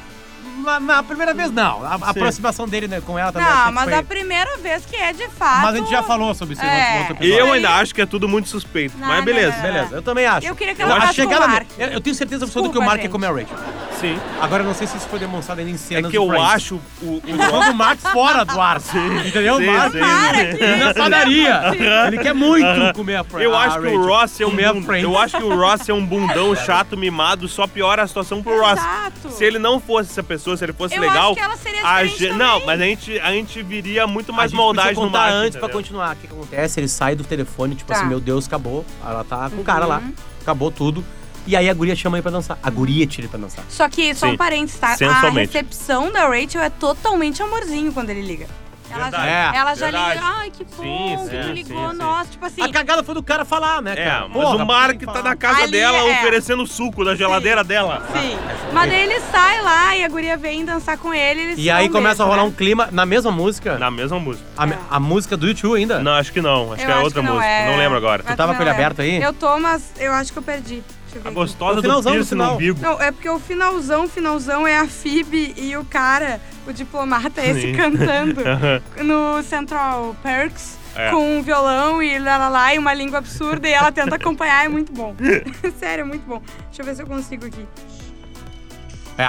Speaker 1: na, na primeira vez, não. A, a
Speaker 3: Sim.
Speaker 1: aproximação dele né, com ela também.
Speaker 2: Não,
Speaker 1: achei que
Speaker 2: mas
Speaker 1: foi-
Speaker 2: a primeira vez que é de fato.
Speaker 1: Mas a gente já falou sobre isso em outro-
Speaker 2: É.
Speaker 1: outro episódio.
Speaker 3: Eu ainda acho que é tudo muito suspeito.
Speaker 2: Não,
Speaker 3: mas
Speaker 2: não,
Speaker 3: beleza.
Speaker 2: não, não.
Speaker 1: Beleza, eu também acho.
Speaker 2: Eu queria que ela
Speaker 1: a
Speaker 2: fosse
Speaker 1: chegada
Speaker 2: o Mark.
Speaker 1: dele- Eu, eu tenho certeza absoluta
Speaker 2: Desculpa,
Speaker 1: que o Mark ia
Speaker 2: gente.
Speaker 1: comer a Rachel.
Speaker 3: Sim.
Speaker 1: Agora, eu não sei se isso foi demonstrado ainda em cenas
Speaker 3: É que
Speaker 1: do
Speaker 3: eu
Speaker 1: Friends.
Speaker 3: acho o, o
Speaker 1: Joga o Max fora do ar. Entendeu?
Speaker 3: sim,
Speaker 1: o Max
Speaker 3: sim.
Speaker 2: Para, que
Speaker 1: na padaria. Ele quer muito comer a Fran.
Speaker 3: Eu acho que o Ross é um
Speaker 1: comer a
Speaker 3: bund-
Speaker 1: Friends.
Speaker 3: Eu acho que o Ross é um bundão chato, mimado, só piora a situação pro Ross.
Speaker 2: Exato.
Speaker 3: Se ele não fosse essa pessoa, se ele fosse
Speaker 2: Eu
Speaker 3: legal.
Speaker 2: acho que ela seria
Speaker 3: a
Speaker 2: diferente
Speaker 3: gen-
Speaker 2: também.
Speaker 3: Não, mas a gente, a gente viria muito
Speaker 1: A
Speaker 3: mais
Speaker 1: gente
Speaker 3: maldade
Speaker 1: podia
Speaker 3: no
Speaker 1: contar
Speaker 3: Mark.
Speaker 1: antes pra
Speaker 3: entendeu?
Speaker 1: continuar. O que que acontece? Ele sai do telefone, tipo
Speaker 2: Tá. Uhum.
Speaker 1: assim, meu Deus, acabou. Ela tá com o cara lá. Acabou tudo. E aí a guria chama ele pra dançar. A guria tira ele pra dançar.
Speaker 2: Só que, só
Speaker 3: Sim.
Speaker 2: um parênteses, tá? A
Speaker 3: Sensualmente.
Speaker 2: recepção da Rachel é totalmente amorzinho quando ele liga. Ela já,
Speaker 1: Verdade.
Speaker 2: ela já
Speaker 3: Verdade.
Speaker 2: liga, ai, que bom,
Speaker 3: Sim,
Speaker 2: que
Speaker 3: sim,
Speaker 2: tu ligou,
Speaker 3: sim, sim.
Speaker 2: nossa, tipo assim.
Speaker 1: A cagada foi do cara falar, né,
Speaker 3: É,
Speaker 1: cara?
Speaker 3: mas
Speaker 1: Porra,
Speaker 3: o Mark
Speaker 1: tem que
Speaker 3: tá
Speaker 1: falar.
Speaker 3: na casa
Speaker 2: Ali,
Speaker 3: dela
Speaker 2: é.
Speaker 3: oferecendo suco da geladeira dela.
Speaker 2: Sim. Mas daí ele sai lá e a guria vem dançar com ele. Eles
Speaker 1: E
Speaker 2: se
Speaker 1: aí
Speaker 2: dão
Speaker 1: começa a
Speaker 2: beijo,
Speaker 1: rolar
Speaker 2: né?
Speaker 1: um clima na mesma música.
Speaker 3: Na mesma música.
Speaker 1: A, a música do YouTube ainda.
Speaker 3: Não, acho que não. Acho
Speaker 2: Eu
Speaker 3: que é outra
Speaker 2: não
Speaker 3: música. Não lembro agora.
Speaker 2: Mas
Speaker 1: tava com
Speaker 2: não é.
Speaker 1: ele aberto aí?
Speaker 2: Eu tô, mas eu acho que eu perdi. Deixa eu ver aqui.
Speaker 3: A Tá gostosa
Speaker 1: No
Speaker 3: do
Speaker 1: finalzão, no
Speaker 3: piercing no
Speaker 1: final.
Speaker 3: umbigo.
Speaker 2: Não, é porque o finalzão, finalzão é a Phoebe e o cara, o diplomata esse
Speaker 3: Sim.
Speaker 2: cantando no Central Perks
Speaker 3: É.
Speaker 2: com um violão e lá, lá, lá e uma língua absurda e ela tenta acompanhar, é muito bom. Sério, é muito bom. Deixa eu ver se eu consigo aqui.
Speaker 1: É.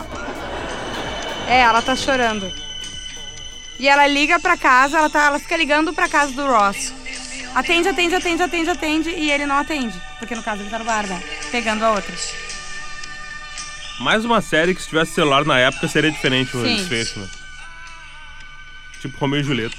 Speaker 2: É, ela tá chorando. E ela liga pra casa, ela, tá, ela fica ligando pra casa do Ross. Atende, atende, atende, atende, atende e ele não atende. Porque no caso ele tá no bar, né? Pegando a outra.
Speaker 3: Mais uma série que se tivesse celular na época seria diferente o
Speaker 2: Sim.
Speaker 3: desfecho, né? Tipo Romeu e Julieta.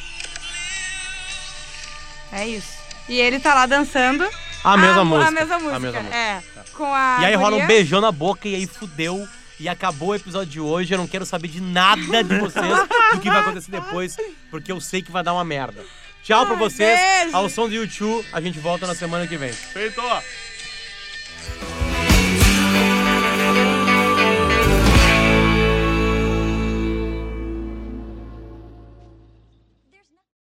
Speaker 2: É isso. E ele tá lá dançando.
Speaker 1: A mesma música.
Speaker 2: Ah, A mesma música.
Speaker 1: A mesma música.
Speaker 2: É. Com a.
Speaker 1: E aí rola um
Speaker 2: guria.
Speaker 1: beijão na boca e aí fudeu. E acabou o episódio de hoje. Eu não quero saber de nada de vocês, do que vai acontecer depois, porque eu sei que vai dar uma merda. Tchau pra vocês.
Speaker 2: beijo.
Speaker 1: Ao som do YouTube, a gente volta na semana que vem.
Speaker 3: Feito!